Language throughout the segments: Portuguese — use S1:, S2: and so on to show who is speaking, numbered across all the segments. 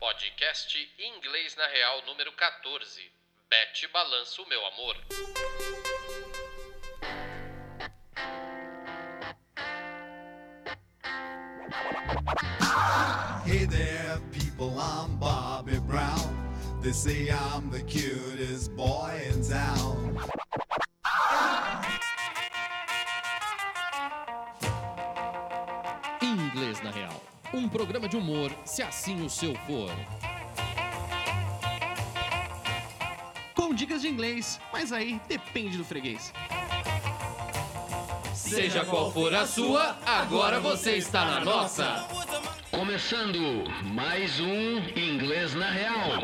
S1: podcast Inglês na Real número 14. Bete Balanço, meu amor.
S2: Hey there, people, I'm Bobby Brown. They say I'm the cutest boy in town.
S3: Inglês na Real. Um programa de humor, se assim o seu for.
S4: com dicas de inglês, mas aí depende do freguês.
S3: Seja qual for a sua, agora você está na nossa.
S5: Começando mais um Inglês na Real.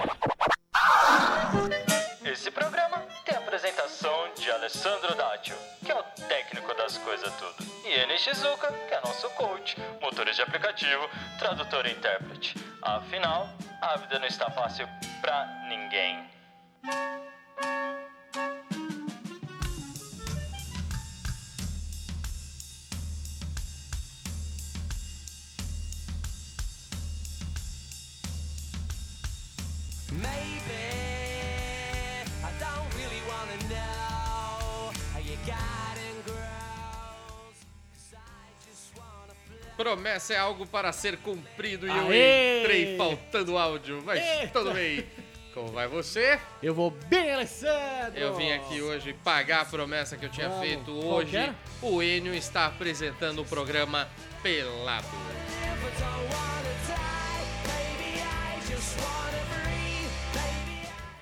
S6: Esse programa tem a apresentação de Alessandro Dátio, que é o técnico das coisas tudo, e Eni Shizuka, que é nosso coach, motorista de aplicativo, tradutor e intérprete. Afinal, a vida não está fácil pra ninguém.
S1: Promessa é algo para ser cumprido e eu
S7: Aê!
S1: entrei faltando áudio, mas tudo bem. Como vai você?
S7: Eu vou bem, Alessandro!
S1: Eu vim aqui hoje pagar a promessa que eu tinha
S7: Vamos.
S1: feito
S7: Qual
S1: hoje.
S7: que era?
S1: O Enio está apresentando o programa Pelado.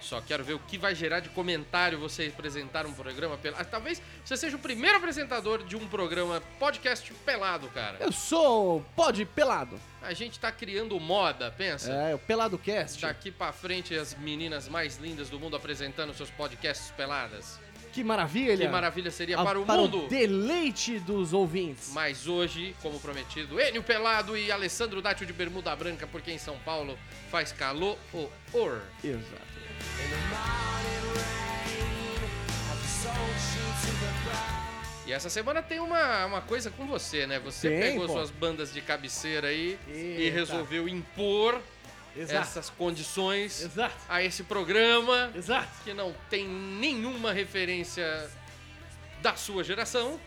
S1: Só quero ver o que vai gerar de comentário você apresentar um programa pelado. Ah, Talvez você seja o primeiro apresentador de um programa podcast pelado, cara.
S7: Eu sou o Pod Pelado.
S1: A gente tá criando moda, pensa.
S7: É, o Pelado Cast.
S1: Daqui pra frente, as meninas mais lindas do mundo apresentando seus podcasts peladas.
S7: Que maravilha!
S1: Que maravilha seria
S7: Ah,
S1: para o mundo!
S7: deleite dos ouvintes.
S1: Mas hoje, como prometido, Enio Pelado e Alessandro Dátio de Bermuda Branca, porque em São Paulo faz calor o or.
S7: Exato.
S1: E essa semana tem uma, uma coisa com você, né? Você
S7: Tem,
S1: pegou
S7: pô.
S1: suas bandas de cabeceira aí e
S7: Eita.
S1: resolveu impor
S7: Exato.
S1: essas condições
S7: Exato.
S1: a esse programa
S7: Exato.
S1: que não tem nenhuma referência da sua geração,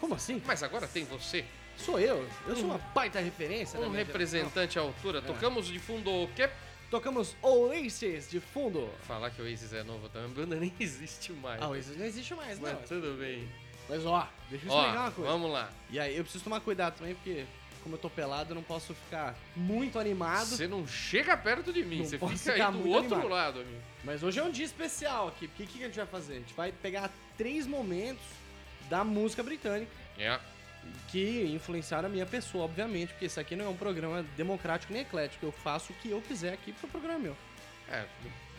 S7: Como assim?
S1: mas agora tem você,
S7: Sou eu. Eu sou uma baita referência. da
S1: um
S7: minha É.
S1: representante à altura. Tocamos de fundo o quê?
S7: geração. Tocamos Oasis de fundo.
S1: Falar que o Oasis é novo também, a banda nem existe mais.
S7: Ah, Oasis não existe mais,
S1: Mas
S7: não.
S1: tudo bem.
S7: Mas ó, deixa eu
S1: Ó,
S7: explicar uma coisa.
S1: vamos lá.
S7: E aí, eu preciso tomar cuidado também, porque como eu tô pelado, eu não posso ficar muito animado.
S1: Você não chega perto de mim,
S7: Não
S1: você
S7: posso
S1: fica
S7: ficar
S1: aí do
S7: muito
S1: outro
S7: animado.
S1: lado, amigo.
S7: Mas hoje é um dia especial aqui, porque o que, que a gente vai fazer? A gente vai pegar três momentos da música britânica
S1: É.
S7: que influenciaram a minha pessoa, obviamente, porque isso aqui não é um programa democrático nem eclético. Eu faço o que eu quiser aqui, porque o programa é meu.
S1: É,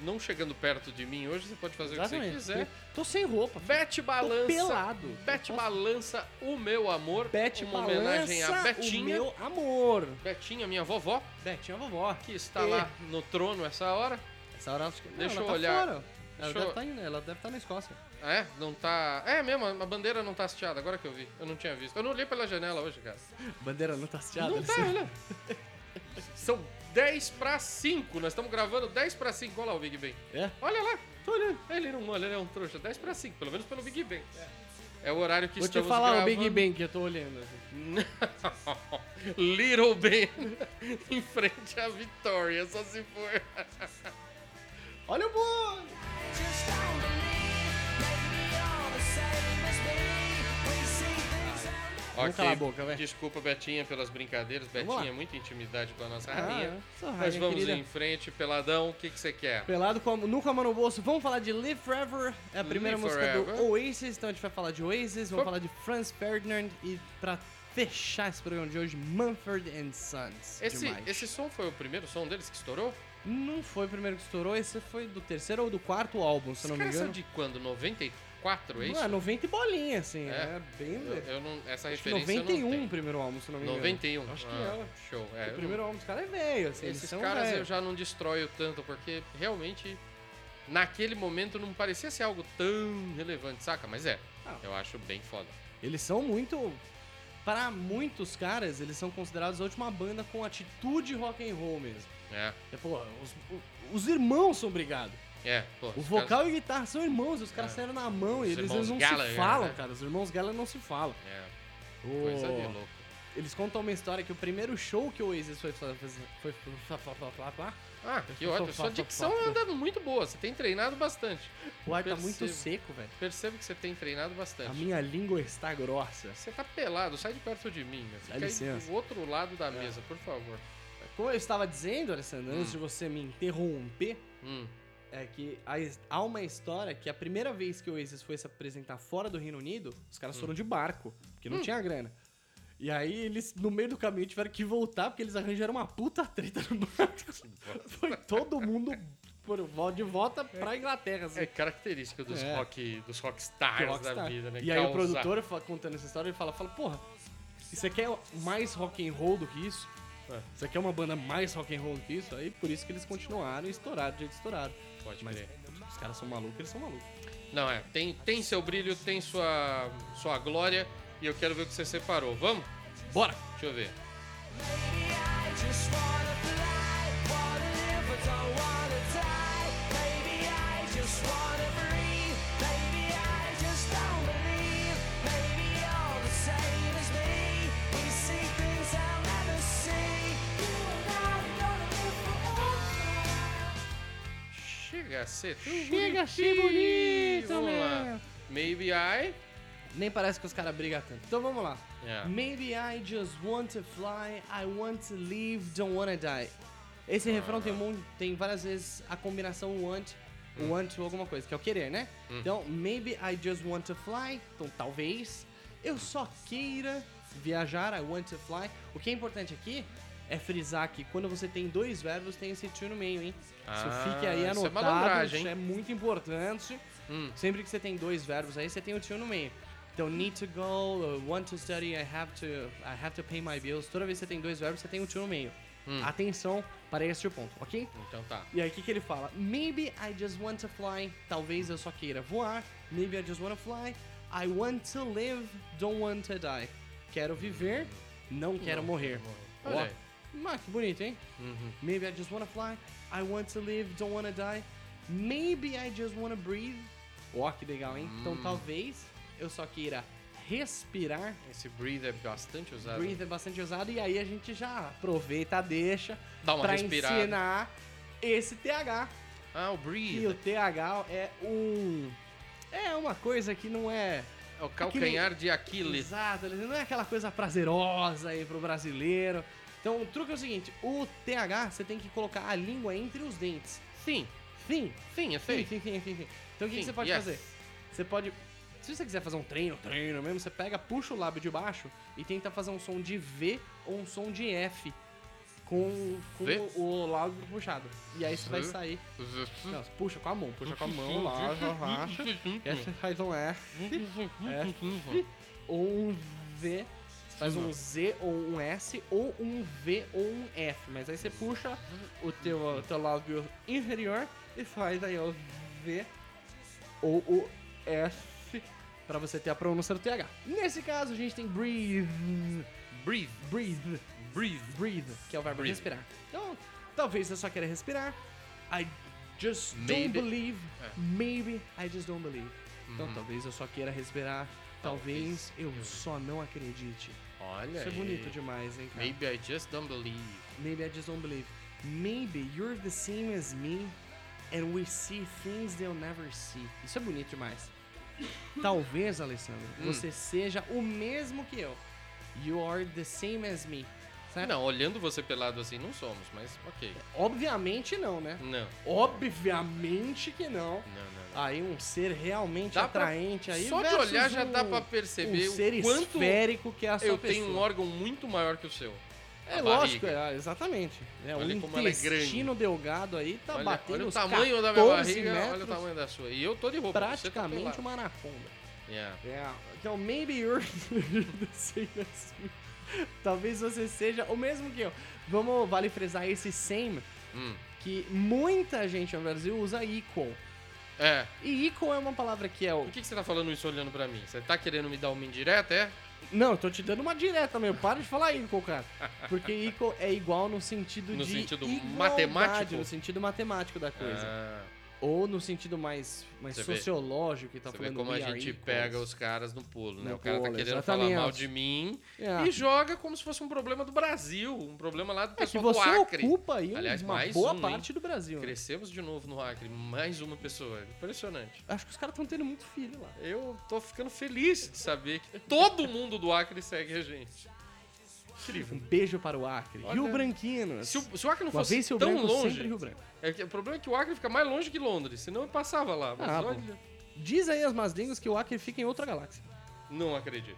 S1: não chegando perto de mim hoje, você pode fazer o que você quiser.
S7: porque Tô sem roupa. filho.
S1: Bete
S7: Tô
S1: Balança.
S7: pelado.
S1: Bete
S7: Eu posso-
S1: Balança, o meu amor.
S7: Bete
S1: uma
S7: Balança,
S1: homenagem a
S7: o
S1: Betinha.
S7: meu amor.
S1: Betinha, minha vovó,
S7: Betinha, é vovó.
S1: que está lá no trono essa hora.
S7: Essa hora eu acho que... Não,
S1: Deixa
S7: ela
S1: eu
S7: tá
S1: olhar.
S7: fora. Ela,
S1: Deixa
S7: deve
S1: eu-
S7: tá indo, ela deve estar na Escócia.
S1: É, não tá. É mesmo, a bandeira não tá hasteada, agora que eu vi. Eu não tinha visto. Eu não olhei pela janela hoje, cara.
S7: Bandeira não tá hasteada.
S1: Não
S7: né?
S1: tá, olha. São 10 pra 5. Nós estamos gravando 10 pra 5. Olha lá o Big Ben.
S7: É?
S1: Olha lá. Ele não olha, ele é um trouxa. 10 pra 5, pelo menos pelo Big Ben. É, o horário que
S7: Vou te
S1: estamos
S7: falar
S1: gravando.
S7: o Big Bang que eu tô olhando.
S1: Little Ben em frente à vitória, só se for.
S7: Olha o bolo!
S1: Ok.
S7: calar a boca, vai.
S1: Desculpa, Betinha, pelas brincadeiras.
S7: Vamos
S1: Betinha,
S7: lá.
S1: muita intimidade com a nossa
S7: Ah,
S1: rainha.
S7: sou rainha,
S1: é. Mas vamos
S7: querida.
S1: em frente, peladão. O que que você quer?
S7: Pelado com a, nu com a mão no bolso. Vamos falar de Live Forever. É a primeira
S1: Live
S7: música
S1: Forever.
S7: do Oasis. Então a gente vai falar de Oasis,
S1: Fo-
S7: vamos falar de Franz Ferdinand e pra fechar esse programa de hoje, Mumford and Sons.
S1: Esse,
S7: Demais.
S1: esse som foi o primeiro som deles que estourou?
S7: Não foi o primeiro que estourou, esse foi do terceiro ou do quarto álbum, se eu
S1: Os
S7: não me
S1: caras são
S7: engano.
S1: de quando? 94, é isso?
S7: Ah, 90 e bolinha, assim.
S1: É.
S7: É, bem...
S1: Eu, eu não, essa
S7: acho que
S1: referência
S7: 91
S1: eu não
S7: o primeiro álbum, se eu não me
S1: tenho. 91.
S7: engano. né? Acho que
S1: ah,
S7: é.
S1: Show. É, eu
S7: O
S1: não-
S7: primeiro álbum dos caras é velho, assim. eles
S1: esses
S7: são
S1: caras eu
S7: velho.
S1: já não destroio tanto, porque realmente naquele momento não parecia ser algo tão relevante, saca? Mas é.
S7: Ah.
S1: Eu acho bem foda.
S7: Eles são muito Pra muitos caras, eles são considerados a última banda com atitude rock and roll mesmo.
S1: É,
S7: É, pô, os, os irmãos são brigados.
S1: é. Pô,
S7: O
S1: os
S7: vocal
S1: caras-
S7: e guitarra são irmãos, os caras
S1: É.
S7: saíram na mão
S1: Os
S7: e eles,
S1: irmãos
S7: eles não
S1: Gallagher,
S7: se falam,
S1: né?
S7: cara. Os irmãos Gallagher não se falam.
S1: É,
S7: O-
S1: coisa de louco.
S7: Eles contam uma história que o primeiro show que o Oasis foi... foi, foi,
S1: Ah, que ótimo. Sua dicção anda muito boa. Você tem treinado bastante.
S7: o ar tá
S1: Percebo.
S7: muito seco, velho.
S1: Percebo que você tem treinado bastante.
S7: A minha língua está grossa.
S1: Você tá pelado, sai de perto de mim. meu. Fica
S7: Dá licença. É.
S1: aí do outro lado da mesa, por favor.
S7: Como eu estava dizendo, Alessandro, antes de você me interromper,
S1: Hum,
S7: é que a his- há uma história que a primeira vez que o Oasis foi se apresentar fora do Reino Unido, os caras foram de barco, porque não tinha grana. E aí eles, no meio do caminho, tiveram que voltar, porque eles arranjaram uma puta treta no barco. Foi todo mundo por, de volta pra Inglaterra, assim.
S1: é característica dos
S7: É.
S1: rock, dos rockstars da
S7: Rockstar.
S1: vida, né?
S7: tá. E aí
S1: Causar.
S7: o produtor fa- contando essa história, ele fala, fala, porra, isso aqui é mais rock and roll do que isso?
S1: É.
S7: Isso aqui é uma banda mais rock and roll do que isso? Aí por isso que eles continuaram e estouraram, do jeito que estouraram.
S1: Pode
S7: Mas
S1: crer.
S7: os caras são malucos, eles são malucos.
S1: Não, é. Tem, tem seu brilho, tem sua, sua glória. E eu quero ver o que você separou. Vamos? Bora! Deixa eu ver. Chega a ser tão
S7: Chega a ser
S1: bonitinho.
S7: bonito, né?
S1: Vamos
S7: meu.
S1: lá. Maybe I.
S7: Nem parece que os caras brigam tanto. Então vamos lá.
S1: É.
S7: Maybe I just want to fly, I want to live, don't wanna die. Esse refrão
S1: Ah.
S7: tem, um monte- tem várias vezes a combinação want,
S1: Hum.
S7: want ou alguma coisa, que é o querer, né? Então, maybe I just want to fly, então talvez eu só queira viajar, I want to fly. O que é importante aqui é frisar que quando você tem dois verbos, tem esse to no meio, hein?
S1: Ah,
S7: isso fique aí
S1: isso é
S7: anotado,
S1: malandragem,
S7: isso
S1: hein?
S7: é muito importante.
S1: Hum.
S7: Sempre que você tem dois verbos aí, você tem o to no meio. Então, need to go, uh, want to study, I have to, I have to pay my bills. Toda vez que você tem dois verbos, você tem o to no meio. Atenção para este ponto, ok?
S1: Então tá.
S7: E aí, o que, que ele fala? Maybe I just want to fly. Talvez eu só queira voar. Maybe I just want to fly. I want to live, don't want to die. Quero viver, não quero morrer.
S1: Olha aí.
S7: Ó, ah, que bonito, hein? Maybe I just want to fly. I want to live, don't want to die. Maybe I just want to breathe. Ó, que legal, hein? Então, talvez eu só queira respirar.
S1: Esse breathe é bastante usado.
S7: Breathe é bastante usado. E aí, a gente já aproveita, deixa
S1: Dá uma
S7: pra
S1: respirada.
S7: ensinar esse TH.
S1: Ah, o
S7: E o
S1: breathe.
S7: TH é um. É uma coisa que não é.
S1: É o calcanhar de Aquiles.
S7: Exato, ele não é aquela coisa prazerosa aí pro brasileiro. Então o truque é o seguinte: o TH você tem que colocar a língua entre os dentes.
S1: Sim,
S7: Sim,
S1: sim, eu
S7: sim,
S1: sei.
S7: sim, sim, sim. sim. Então o que, que
S1: Sim,
S7: você pode
S1: yes.
S7: fazer? Você pode. Se você quiser fazer um treino, treino mesmo, você pega, puxa o lábio de baixo e tenta fazer um som de V ou um som de F com, com
S1: V?
S7: o, o lábio puxado. E aí você vai
S1: V.
S7: sair. Não, você puxa com a mão, puxa com a mão lá, já racha. E aí você faz um F, F ou um V. Você faz um Z ou um S, ou um V ou um F. Mas aí você puxa o teu, o teu lábio inferior e faz aí o V ou o F pra você ter a pronúncia do TH. Nesse caso, a gente tem breathe,
S1: Breathe,
S7: breathe,
S1: breathe.
S7: breathe, que é o verbo
S1: Breathe.
S7: respirar. Então, talvez eu só queira respirar. I just
S1: Maybe.
S7: don't believe.
S1: É. Uhum.
S7: Maybe I just don't believe. Então, talvez eu só queira respirar. Talvez, eu só não acredite.
S1: Olha
S7: Isso
S1: aí.
S7: é bonito demais, hein, cara?
S1: Maybe I just don't believe.
S7: Maybe I just don't believe. Maybe you're the same as me and we see things they'll never see. Isso é bonito demais. Talvez, Alessandro,
S1: Hum.
S7: você seja o mesmo que eu. You are the same as me. Certo?
S1: Não, olhando você pelado assim, não somos, mas ok.
S7: Obviamente não, né?
S1: Não,
S7: Obviamente que não.
S1: não, não. não.
S7: Aí um ser realmente
S1: Dá pra-
S7: atraente aí.
S1: Só de
S7: versus
S1: olhar já
S7: um-
S1: dá pra perceber
S7: um ser
S1: o quanto
S7: esférico que é a sua
S1: eu
S7: pessoa.
S1: tenho um órgão muito maior que o seu.
S7: É
S1: A
S7: lógico,
S1: barriga.
S7: é, exatamente. É, o
S1: Olha como ela é grande.
S7: intestino delgado aí tá
S1: Olha,
S7: batendo
S1: olha o
S7: os
S1: tamanho da minha
S7: 14
S1: barriga, olha o
S7: metros,
S1: tamanho da sua. E eu tô de roupa. você tá
S7: praticamente
S1: pelado.
S7: uma anaconda.
S1: Yeah.
S7: É, então maybe you're the same as me. Talvez você seja o mesmo que eu. Vamos, vale frisar esse same,
S1: Hum.
S7: que muita gente no Brasil usa equal.
S1: É.
S7: E equal é uma palavra que é o
S1: Por que, que você tá falando isso olhando pra mim? Você tá querendo me dar uma indireta, é?
S7: Não, eu tô te dando uma direta mesmo. Para de falar equal, cara. Porque equal é igual no sentido
S1: No
S7: de.
S1: sentido
S7: igualdade,
S1: matemático?
S7: No sentido matemático da coisa.
S1: Ah,
S7: Ou no sentido mais, mais
S1: Você vê-
S7: sociológico que tá
S1: você vê
S7: falando
S1: como a
S7: we are
S1: gente
S7: equals.
S1: pega os caras no pulo, né?
S7: No
S1: o cara tá
S7: pulo,
S1: querendo falar
S7: exatamente.
S1: mal de mim
S7: É.
S1: e joga como se fosse um problema do Brasil, um problema lá do
S7: É que
S1: pessoal do
S7: você
S1: Acre.
S7: ocupa aí um-
S1: Aliás,
S7: uma
S1: mais
S7: boa
S1: um, hein?
S7: parte do Brasil. né?
S1: Crescemos de novo no Acre, mais uma pessoa. Impressionante.
S7: Acho que os caras estão tendo muito filho lá.
S1: Eu tô ficando feliz de saber que todo mundo do Acre segue a gente.
S7: Um beijo para o Acre.
S1: Olha-
S7: Rio Branquino.
S1: Se o, se o Acre não
S7: Uma
S1: fosse
S7: vez Rio
S1: tão
S7: Branco,
S1: longe,
S7: sempre Rio Branco.
S1: É que o problema é que o Acre fica mais longe que Londres, senão eu passava lá. Mas
S7: Ah, bom.
S1: olha,
S7: Diz aí as más línguas que o Acre fica em outra galáxia.
S1: não acredito.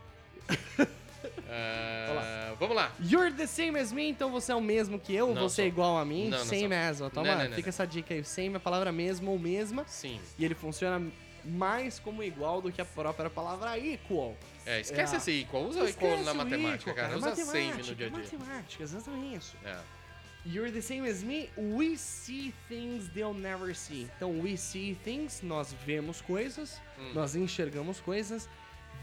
S1: Ah, vamos lá.
S7: You're the same as me, então você é o mesmo que eu,
S1: Não
S7: você é
S1: sou.
S7: igual a mim,
S1: Não, não
S7: same
S1: sou.
S7: as, ó, toma,
S1: Não, não, não,
S7: fica
S1: não.
S7: essa dica aí, same é a palavra mesmo ou mesma,
S1: Sim.
S7: e ele funciona mais como igual do que a própria palavra equal.
S1: É, esquece
S7: É.
S1: esse equal. Usa equal na matemática, cara. Usa same no dia a dia.
S7: Matemática, exatamente isso.
S1: É.
S7: You're the same as me, we see things they'll never see. Então, we see things, nós vemos coisas,
S1: Hum.
S7: nós enxergamos coisas,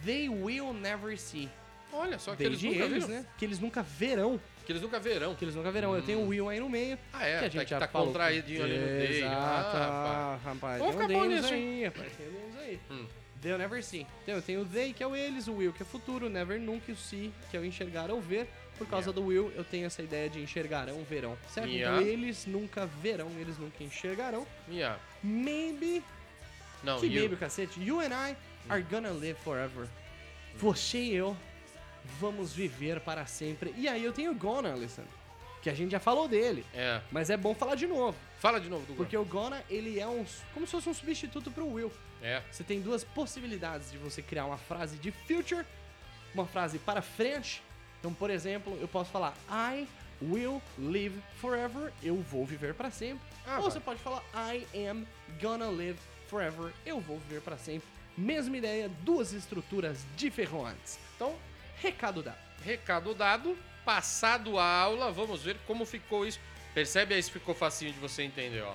S7: they will never see.
S1: Olha só que eles
S7: Desde
S1: nunca
S7: eles,
S1: viram.
S7: né? Que eles nunca verão.
S1: Que eles nunca verão.
S7: Que eles nunca verão. Eu tenho
S1: Hum.
S7: o Will aí no meio.
S1: Ah, é.
S7: que a
S1: tá,
S7: gente
S1: que
S7: já
S1: tá
S7: falou.
S1: contraidinho ali no dele.
S7: Exato,
S1: Ah,
S7: ah, rapaz.
S1: Vamos
S7: tem
S1: ficar bom
S7: o deles
S1: nisso,
S7: aí, rapaz. Tem o deles aí.
S1: Hum.
S7: They'll never see. Então eu tenho o they, que é o eles, o will, que é futuro, never, nunca, e o see, que é o enxergar ou ver. Por causa do will, eu tenho essa ideia de enxergarão, verão. Certo?
S1: Yeah.
S7: Então eles nunca verão, eles nunca enxergarão.
S1: pá. Yeah.
S7: Maybe,
S1: Não,
S7: que
S1: you.
S7: maybe, cacete. You and I are gonna live forever.
S1: Hum.
S7: Você e eu vamos viver para sempre. E aí eu tenho o gonna, Alessandro. Que a gente já falou dele.
S1: É.
S7: Mas é bom falar de novo.
S1: Fala de novo do
S7: Porque o Gonna, ele é um. como se fosse um substituto pro Will.
S1: Gone. É.
S7: Você tem duas possibilidades de você criar uma frase de future, uma frase para frente. Então, por exemplo, eu posso falar I will live forever, eu vou viver para sempre.
S1: Ah,
S7: Ou
S1: vai.
S7: você pode falar I am gonna live forever, eu vou viver para sempre. Mesma ideia, duas estruturas diferentes. Então, recado dado.
S1: Recado dado, passado a aula, vamos ver como ficou isso. Percebe aí se ficou facinho de você entender, ó.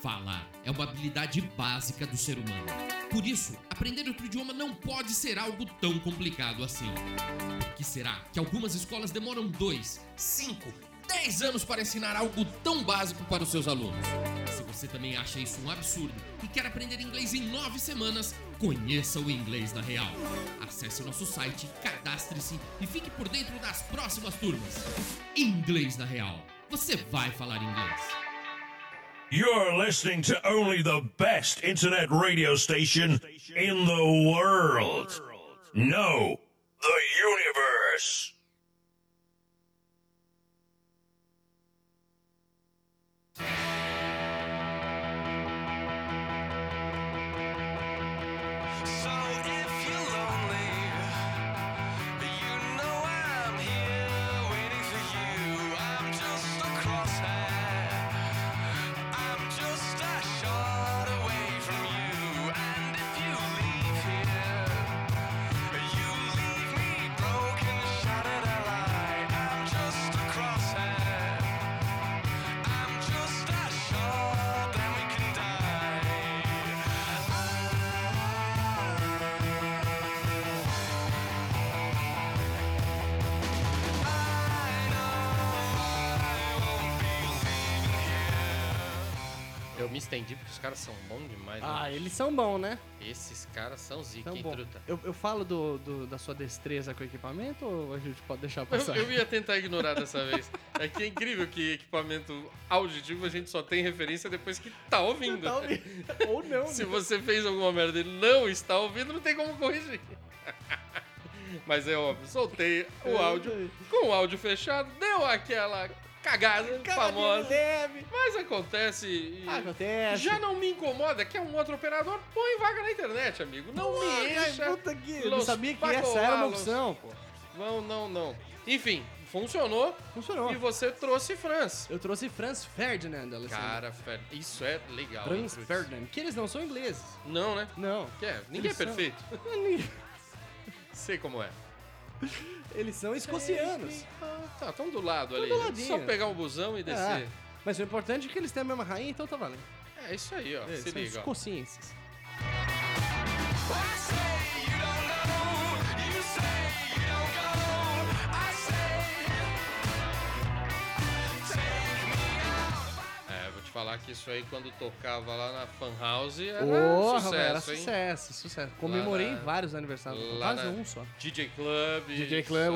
S3: Falar é uma habilidade básica do ser humano. Por isso, aprender outro idioma não pode ser algo tão complicado assim. Por que será que algumas escolas demoram dois, cinco, dez anos para ensinar algo tão básico para os seus alunos? Se você também acha isso um absurdo e quer aprender inglês em nove semanas, conheça o Inglês na Real. Acesse nosso site, cadastre-se e fique por dentro das próximas turmas. Inglês na Real. Você vai falar inglês.
S8: You're listening to only the best internet radio station in the world. No, the universe.
S9: So if you're lonely, you know I'm here waiting for you. I'm just a crosshair. I'm just a shot away from you. And if you leave here, you leave me broken, shattered alive. I'm just a crosshair. I'm just a shot, then we can die.
S1: Eu me estendi porque os caras são bons demais. né?
S7: Ah, eles são bons, né?
S1: Esses caras são zica,
S7: Então,
S1: hein,
S7: bom,
S1: truta.
S7: eu, eu falo do, do- da sua destreza com o equipamento ou a gente pode deixar
S1: Eu,
S7: passar?
S1: eu ia tentar ignorar dessa vez. É que é incrível que equipamento auditivo a gente só tem referência depois que tá ouvindo.
S7: Tá ouvindo? ou não.
S1: Se
S7: né?
S1: você fez alguma merda e não está ouvindo, não tem como corrigir. Mas é óbvio, soltei
S7: É,
S1: o áudio com o áudio fechado, deu aquela cagada
S7: Cara,
S1: famosa.
S7: leve.
S1: Mas acontece e
S7: Ah, Acontece.
S1: já não me incomoda que é um outro operador, põe vaga na internet, amigo. Não me
S7: Ai,
S1: encha.
S7: puta que- eu não
S1: los
S7: sabia que essa era uma
S1: pacovalos.
S7: opção, pô.
S1: Não, não, não. Enfim, Funcionou.
S7: Funcionou.
S1: E você trouxe Franz.
S7: Eu trouxe Franz Ferdinand, Alessandro.
S1: Cara, Fer- isso é legal. hein,
S7: Franz
S1: Fritz?
S7: Ferdinand, que eles não são ingleses.
S1: Não, né?
S7: Não.
S1: Que é, ninguém é
S7: Eles são-
S1: perfeito. Sei como é.
S7: Eles são escocianos.
S1: Tá, tão do lado ali.
S7: é do ladinho.
S1: Só pegar um busão e descer.
S7: Ah, mas o importante é que eles têm a mesma rainha, então tá valendo.
S1: É isso aí, ó.
S7: Eles
S1: Se
S7: são
S1: liga. ó.
S7: escocienses.
S1: É, vou te falar que isso aí quando tocava lá na Fan House era
S7: Porra,
S1: Ah, sucesso,
S7: velho, era
S1: hein?
S7: sucesso, sucesso. Comemorei
S1: na-
S7: vários aniversários,
S1: lá
S7: quase
S1: na-
S7: um só.
S1: DJ Club.
S7: DJ
S1: isso
S7: Club,
S1: aí.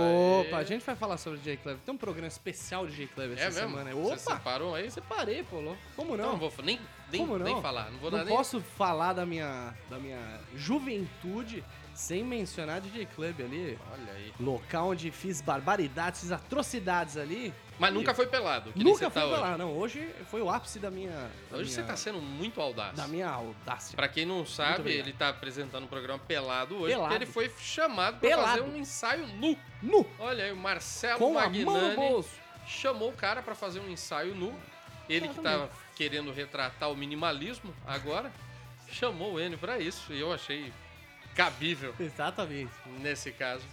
S7: opa, a gente vai falar sobre DJ Club. Tem um programa especial de DJ Club essa
S1: É mesmo?
S7: semana.
S1: Você
S7: Opa,
S1: separou aí?
S7: separei, pô, louco. Como
S1: Não,
S7: não?
S1: não vou nem, nem,
S7: Como não?
S1: nem falar. Não vou dar
S7: não
S1: nem...
S7: posso falar da minha, da minha juventude sem mencionar DJ Club ali.
S1: Olha aí.
S7: Local onde fiz barbaridades, fiz atrocidades ali.
S1: Mas nunca foi pelado. Que nem
S7: Nunca
S1: você
S7: fui
S1: tá
S7: pra
S1: hoje.
S7: lá, não. Hoje foi o ápice da minha. da
S1: Hoje você
S7: minha-
S1: tá sendo muito audaz.
S7: Da minha audácia.
S1: Pra quem não sabe,
S7: obrigado.
S1: ele tá apresentando o programa pelado hoje,
S7: Pelado.
S1: porque ele foi chamado pra
S7: Pelado.
S1: fazer um ensaio nu.
S7: Nu!
S1: Olha aí, o Marcelo
S7: Com a mão no
S1: Magnani
S7: bolso.
S1: chamou o cara pra fazer um ensaio nu. Ele que tá querendo retratar o minimalismo agora, chamou ele pra isso e eu achei cabível
S7: Exatamente.
S1: nesse caso.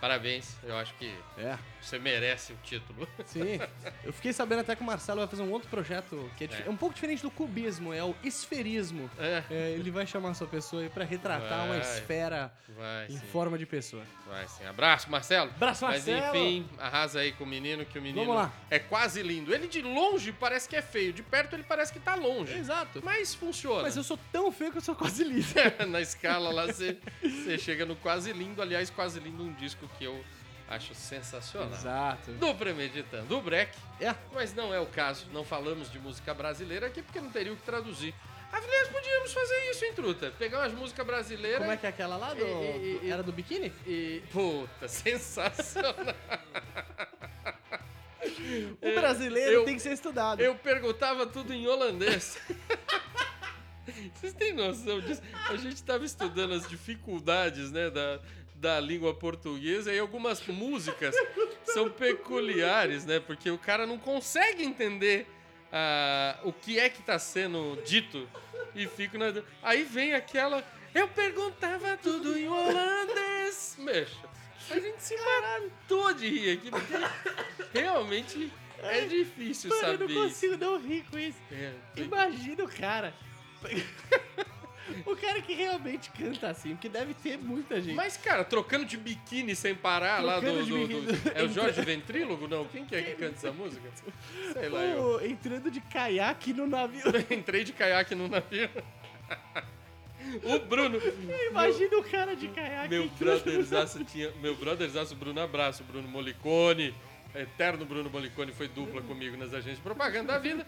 S1: Parabéns, eu acho que
S7: É.
S1: você merece o título.
S7: Sim. Eu fiquei sabendo até que o Marcelo vai fazer um outro projeto que é, dif-
S1: É.
S7: é um pouco diferente do cubismo, é o esferismo.
S1: É,
S7: É, ele vai chamar essa pessoa aí pra retratar uma
S1: Vai.
S7: esfera
S1: vai
S7: em
S1: É. sim,
S7: forma de pessoa.
S1: vai sim. Abraço, Marcelo.
S7: Abraço, Marcelo.
S1: Mas enfim, arrasa aí com o menino, que o menino
S7: Vamos lá.
S1: é quase lindo. Ele de longe parece que é feio, de perto ele parece que tá longe.
S7: Exato.
S1: Mas funciona.
S7: Mas eu sou tão feio que eu sou quase liso.
S1: na escala lá você, você chega no Quase Lindo. Aliás, Quase Lindo é um disco que eu acho sensacional.
S7: Exato.
S1: Do Premeditando, do Breck.
S7: É.
S1: Mas não é o caso. Não falamos de música brasileira aqui porque não teria o que traduzir. Aliás, podíamos fazer isso, hein, Truta? Pegar umas músicas brasileiras.
S7: Como é que é aquela lá do.
S1: E- e- e-
S7: Era do biquíni?
S1: e... Puta, sensacional.
S7: O brasileiro
S1: É, eu-
S7: tem que ser estudado.
S1: Eu perguntava tudo em holandês. Vocês têm noção disso? A gente estava estudando as dificuldades, né, da, da língua portuguesa e algumas músicas são peculiares, né? Porque o cara não consegue entender ah, o que é que está sendo dito e fica na... Aí vem aquela... Eu perguntava tudo em holandês. Mexa, a gente se matou de rir aqui, porque realmente é difícil
S7: Mano, eu
S1: saber
S7: não
S1: isso.
S7: consigo não rir com isso.
S1: É, tem-
S7: Imagina o cara. o cara que realmente canta assim, porque deve ter muita gente.
S1: Mas, cara, trocando de biquíni sem parar lá do,
S7: Trocando de
S1: do-
S7: biquíni.
S1: do-
S7: Então-
S1: É o Jorge Ventrílogo? Não, quem que é que canta essa música? Sei lá, eu.
S7: Ou entrando de caiaque no navio.
S1: Entrei de caiaque no navio. O Bruno.
S7: Imagina o cara de caiaque.
S1: Meu
S7: entrando
S1: brotherzaço tinha. Meu brotherzaço Bruno Abraço, Bruno Molicone. Eterno Bruno Molicone foi dupla comigo nas agências de propaganda da vida.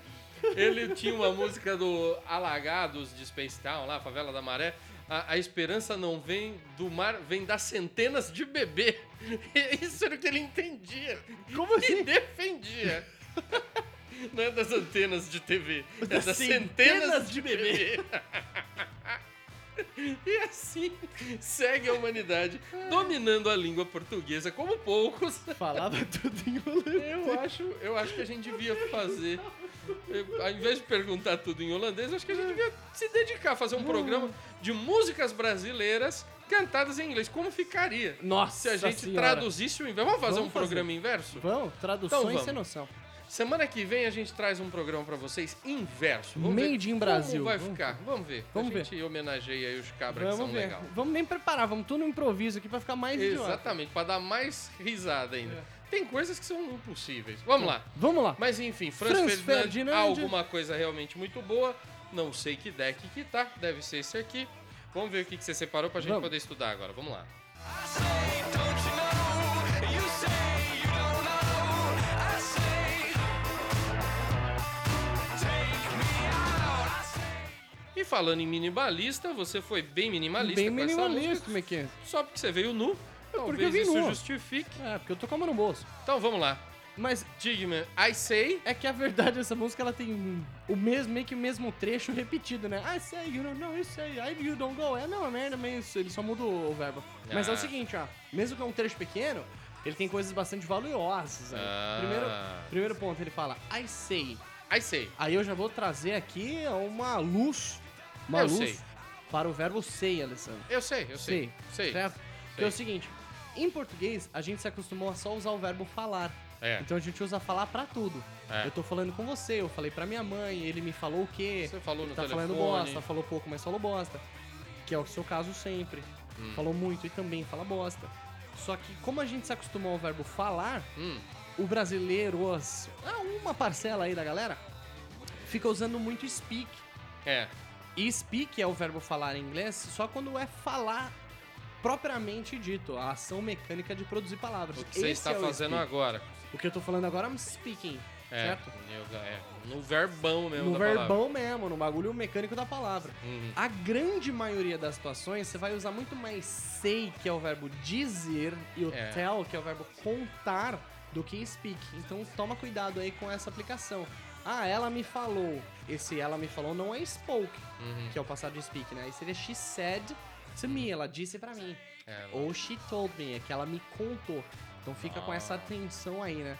S1: Ele tinha uma música do Alagados de Space Town, lá, Favela da Maré. A, a esperança não vem do mar, vem das centenas de bebê. Isso era o que ele entendia.
S7: Como
S1: E
S7: assim?
S1: defendia. Não é das antenas de TV, é das, centenas, de bebê. E assim segue a humanidade, dominando a língua portuguesa como poucos.
S7: Falava tudo em holandês.
S1: Eu acho, eu acho que a gente devia fazer. eh, Ao invés de perguntar tudo em holandês, eu acho que a gente devia se dedicar a fazer um programa de músicas brasileiras cantadas em inglês. Como ficaria?
S7: Nossa,
S1: Se a gente
S7: senhora.
S1: traduzisse o inverso. Vamos fazer
S7: Vamos
S1: um
S7: fazer.
S1: programa inverso?
S7: Vamos, traduções
S1: Então vamos.
S7: sem noção.
S1: Semana que vem a gente traz um programa pra vocês inverso.
S7: Made in Brasil.
S1: Como vai
S7: Vamos
S1: ficar? Vamos ver.
S7: Vamos
S1: a gente homenageia aí os cabras que
S7: Vamos
S1: são
S7: ver.
S1: legal.
S7: Vamos nem preparar, vamos tudo no improviso aqui pra ficar mais idiota.
S1: Exatamente, pra dar mais risada
S7: É.
S1: ainda. Tem coisas que são impossíveis. Vamos lá.
S7: Vamos lá.
S1: Mas enfim, Franz,
S7: Franz
S1: Ferdinand,
S7: Ferdinand.
S1: alguma coisa realmente muito boa. Não sei que deck que tá, deve ser esse aqui. Vamos ver o que, que você separou pra gente
S7: Vamos.
S1: poder estudar agora. Vamos lá. E falando em minimalista, você foi bem minimalista
S7: Bem
S1: com essa
S7: minimalista,
S1: música.
S7: como é que é?
S1: Só porque você veio nu.
S7: porque eu
S1: Talvez
S7: vim
S1: isso
S7: nu.
S1: justifique.
S7: É, porque eu tô com a mão no bolso.
S1: Então vamos lá.
S7: Mas
S1: Digman, I say.
S7: é que a verdade essa música ela tem o mesmo, meio que o mesmo trecho repetido, né? I say you don't know, you say I you don't go. É a mesma merda, mas ele só muda o verbo. Mas é
S1: Ah.
S7: o seguinte, ó. Mesmo que é um trecho pequeno, Ele tem coisas bastante valiosas aí.
S1: Ah.
S7: Primeiro, primeiro ponto, ele fala, I say.
S1: Aí sei.
S7: Aí eu já vou trazer aqui uma luz, uma
S1: Eu
S7: luz
S1: sei.
S7: para o verbo say, Alessandro.
S1: Eu sei, eu sei. Sei.
S7: Certo? Que é o seguinte, em português, a gente se acostumou a só usar o verbo falar.
S1: É.
S7: Então a gente usa falar pra tudo.
S1: É.
S7: Eu tô falando com você, eu falei pra minha mãe, ele me falou o quê?
S1: Você falou no
S7: tá
S1: telefone.
S7: falando bosta, falou pouco, mas falou bosta. Que é o seu caso sempre.
S1: Hum.
S7: Falou muito e também fala bosta. Só que como a gente se acostumou ao verbo falar,
S1: Hum.
S7: o brasileiro, as- ah, uma parcela aí da galera, fica usando muito speak.
S1: É.
S7: E speak é o verbo falar em inglês só quando é falar propriamente dito, a ação mecânica de produzir palavras.
S1: O que você
S7: Esse
S1: está
S7: é o
S1: fazendo
S7: speak.
S1: agora.
S7: O que eu tô falando agora é speaking,
S1: É,
S7: certo?
S1: eu- é, No verbão mesmo da
S7: No verbão
S1: palavra. Hum,
S7: mesmo, no bagulho mecânico da palavra. A grande maioria das situações, você vai usar muito mais say, que é o verbo dizer, e o
S1: É.
S7: tell, que é o verbo contar, do que speak. Então toma cuidado aí com essa aplicação. Ah, ela me falou. Esse ela me falou não é spoke,
S1: Uhum.
S7: que é o passado de speak, né? Aí seria she said to me, ela disse pra mim.
S1: É,
S7: Ou she told me, é que ela me contou. Então fica com essa atenção aí, né?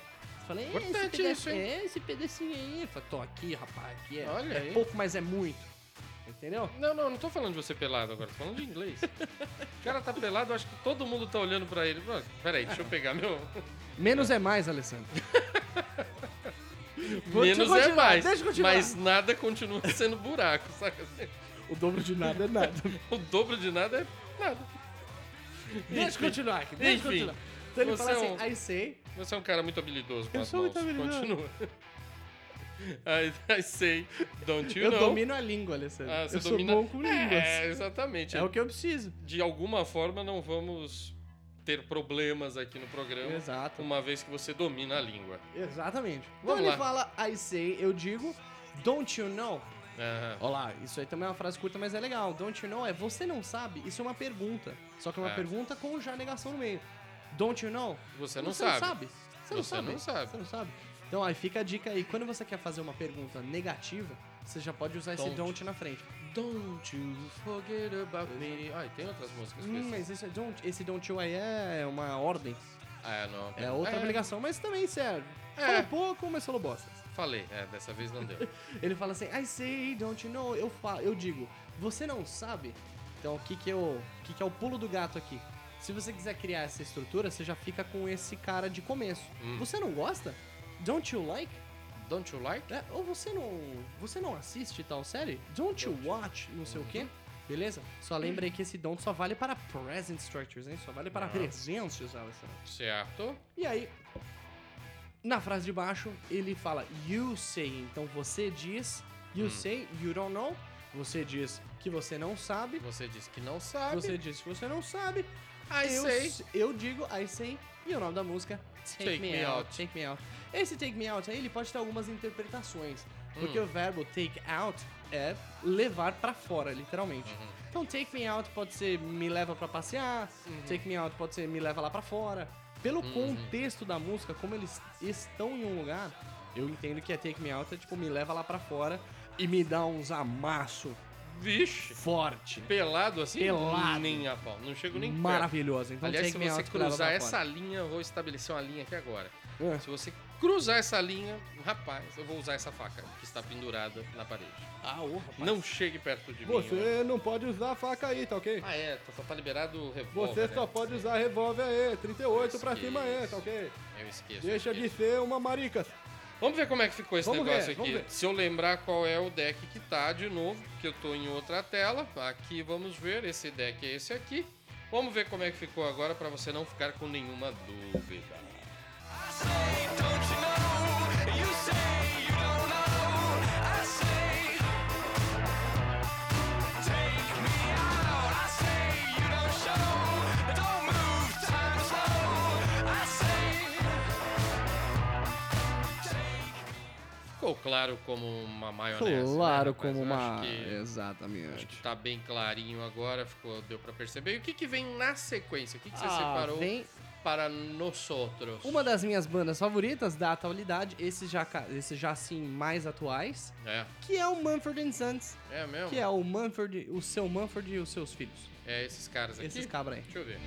S7: Falei, "É, esse
S1: Ah. Importante
S7: pedacinho,
S1: isso, hein?
S7: é, esse pedacinho aí. Eu Falei, tô aqui, rapaz, aqui é,
S1: Olha
S7: é
S1: aí.
S7: pouco, mas é muito. Entendeu?
S1: Não, não, não tô falando de você pelado agora, tô falando de inglês. o cara tá pelado, acho que todo mundo tá olhando pra ele. Mano, peraí, deixa eu pegar meu.
S7: Menos é mais, Alessandro. Vou- deixa eu
S1: Menos é
S7: continuar,
S1: mais.
S7: Deixa eu continuar.
S1: mas nada continua sendo buraco, saca?
S7: O dobro de nada é nada.
S1: O dobro de nada é nada.
S7: deixa eu continuar aqui, deixa eu
S1: Enfim.
S7: continuar. Então ele
S1: Você
S7: fala
S1: é
S7: assim,
S1: um-
S7: I say,
S1: Você é um cara muito habilidoso com
S7: Eu
S1: as
S7: sou
S1: mãos.
S7: muito habilidoso.
S1: Continua. I, I say, don't you
S7: eu
S1: know?
S7: domino a língua, Alessandro.
S1: Ah, você
S7: eu
S1: domina...
S7: sou bom com línguas.
S1: É, exatamente.
S7: É o que eu preciso.
S1: De alguma forma, não vamos ter problemas aqui no programa.
S7: Exato.
S1: Uma vez que você domina a língua.
S7: Exatamente.
S1: Vamos
S7: então
S1: lá.
S7: ele fala, I say, eu digo, don't you know?
S1: Aham.
S7: Olá, isso aí também é uma frase curta, mas é legal. Don't you know é você não sabe? Isso é uma pergunta. Só que é uma
S1: É.
S7: pergunta com já negação no meio. Don't you know?
S1: Você não sabe.
S7: Você não
S1: Você
S7: sabe.
S1: não sabe.
S7: Você não sabe. Então aí fica a dica aí. Quando você quer fazer uma pergunta negativa, você já pode usar esse
S1: Don't.
S7: don't na frente.
S1: Don't you forget about me. Ai, tem outras músicas com
S7: Hum,
S1: esse-
S7: mas esse don't, esse don't you aí é uma ordem.
S1: Ah, não.
S7: É outra obrigação, mas também serve.
S1: É.
S7: Falou pouco, mas falou bosta.
S1: Falei, é, dessa vez não deu.
S7: Ele fala assim, I say, don't you know? Eu, falo, eu digo, você não sabe? Então, o que que, eu, o que que é o pulo do gato aqui? Se você quiser criar essa estrutura, você já fica com esse cara de começo. Você não gosta? Don't you like?
S1: Don't you like?
S7: É, ou você não, você não assiste tal série? Don't you Uhum. watch? Não sei o quê. Beleza? Só lembra aí que esse don't só vale para present structures, hein? Só vale para presentes, Alessandro.
S1: Certo.
S7: E aí, na frase de baixo, ele fala you say, então você diz, you say, you don't know, você diz que você não sabe,
S1: Você disse que não sabe.
S7: você diz que você não sabe,
S1: I
S7: eu,
S1: say.
S7: s- eu digo I say, e o nome da música, Take, me, out. Take Me Out. Esse Take Me Out aí, ele pode ter algumas interpretações, porque o verbo take out é levar pra fora, literalmente. Então take me out pode ser me leva pra passear, take me out pode ser me leva lá pra fora. Pelo contexto da música, como eles estão em um lugar, eu entendo que é take me out é tipo me leva lá pra fora e me dá uns amasso
S1: Vixe.
S7: forte.
S1: Pelado assim?
S7: Pelado.
S1: Nem a pau. Não chego nem perto.
S7: Maravilhoso. Então
S1: Aliás, se
S7: take me
S1: você
S7: out leva
S1: cruzar
S7: pra
S1: essa
S7: fora.
S1: linha, eu vou estabelecer uma linha aqui agora.
S7: É.
S1: Se você cruzar essa linha, rapaz, eu vou usar essa faca que está pendurada na parede.
S7: Ah, ô, rapaz.
S1: Não chegue perto de mim. ó.
S4: Você não pode usar faca aí, tá ok?
S1: Ah, é, só tá liberado o revólver.
S4: Você
S1: né?
S4: só pode usar revólver aí, 38 pra
S1: Isso,
S4: cima aí,
S1: isso.
S4: tá ok?
S1: Eu esqueço.
S4: Deixa
S1: eu
S4: de
S1: esqueço.
S4: ser uma marica.
S1: Vamos ver como é que ficou esse
S4: Vamos ver,
S1: negócio
S4: vamos
S1: aqui.
S4: ver.
S1: Se eu lembrar qual é o deck que tá de novo, que eu tô em outra tela. Aqui vamos ver, esse deck é esse aqui. Vamos ver como é que ficou agora para você não ficar com nenhuma dúvida. Ficou claro como uma maionese.
S7: Claro,
S1: né? Mas
S7: como
S1: eu
S7: uma.
S1: Acho que
S7: Exatamente.
S1: tá bem clarinho agora, ficou, deu para perceber. E o que, que vem na sequência? O que, que você
S7: Ah,
S1: separou
S7: vem
S1: para nós outros?
S7: uma das minhas bandas favoritas da atualidade, esses já, ca- esses já assim mais atuais,
S1: É,
S7: que é o Manford Sons,
S1: é mesmo?
S7: que é o Manford, o seu Manford e os seus filhos.
S1: É esses caras aqui?
S7: Esses cabra aí.
S1: Deixa eu ver.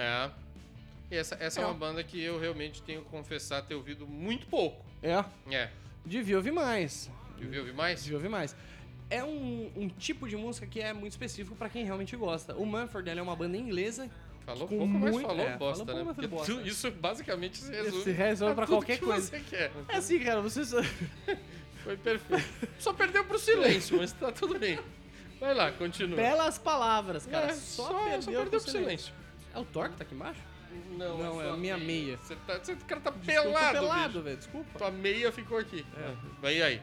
S1: É. essa, essa é. uma banda que eu realmente tenho que confessar ter ouvido muito pouco.
S7: É,
S1: É.
S7: devia ouvir mais.
S1: Devia ouvir mais?
S7: Devia ouvir mais. É um, um tipo de música que é muito específico pra quem realmente gosta. O Manford ela é uma banda inglesa.
S1: Falou
S7: Com
S1: pouco, mas
S7: muito-
S1: falou
S7: é,
S1: bosta,
S7: falou pouco,
S1: né?
S7: mas
S1: Porque
S7: falou
S1: tu-
S7: bosta.
S1: isso basicamente se resume,
S7: Se resolve
S1: a
S7: pra
S1: tudo
S7: qualquer
S1: que
S7: coisa.
S1: você quer.
S7: É assim, cara, vocês.
S1: Foi perfeito. Só perdeu pro silêncio, mas tá tudo bem. Vai lá, continua.
S7: Belas palavras, cara.
S1: É,
S7: só, perdeu,
S1: perdeu
S7: pro
S1: pro
S7: silêncio.
S1: silêncio.
S7: É o Thor que tá aqui embaixo?
S1: Não,
S7: Não, é
S1: só
S7: a minha meia.
S1: Você tá, você, o cara tá
S7: Desculpa,
S1: pelado,
S7: pelado, É.
S1: bicho.
S7: velho. Desculpa.
S1: Tua meia ficou aqui. Vai aí.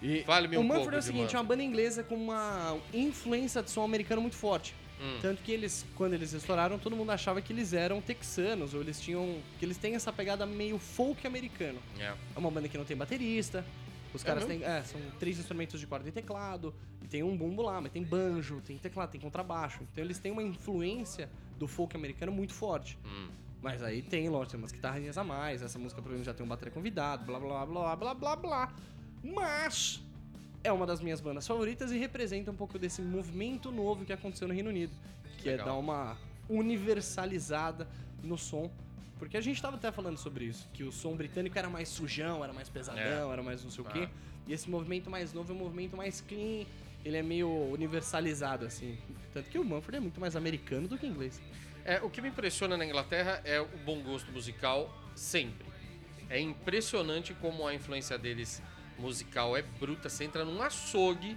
S7: E
S1: Fale-me
S7: o
S1: um
S7: Manfred
S1: pouco
S7: é o
S1: de
S7: seguinte, é uma banda inglesa com uma influência de som americano muito forte. Tanto que eles, quando eles estouraram, todo mundo achava que eles eram texanos, ou eles tinham. que eles têm essa pegada meio folk americano.
S1: É.
S7: É uma banda que não tem baterista. Os
S1: É
S7: caras têm. é, são três instrumentos de corda e teclado. E tem um bumbo lá, mas tem banjo, tem teclado, tem contrabaixo. Então eles têm uma influência do folk americano muito forte.
S1: Hum.
S7: Mas aí tem, lógico, tem umas guitarrinhas a mais. Essa música provavelmente já tem um bateria convidado, blá blá blá blá blá blá. Mas é uma das minhas bandas favoritas e representa um pouco desse movimento novo que aconteceu no Reino Unido, que
S1: Legal.
S7: é dar uma universalizada no som. Porque a gente tava até falando sobre isso, que o som britânico era mais sujão, era mais pesadão,
S1: É.
S7: era mais não sei o
S1: Ah.
S7: quê. E esse movimento mais novo é um movimento mais clean, ele é meio universalizado, assim. Tanto que o Manfred é muito mais americano do que inglês.
S1: É, o que me impressiona na Inglaterra é o bom gosto musical sempre. É impressionante como a influência deles musical é bruta. Você entra num açougue,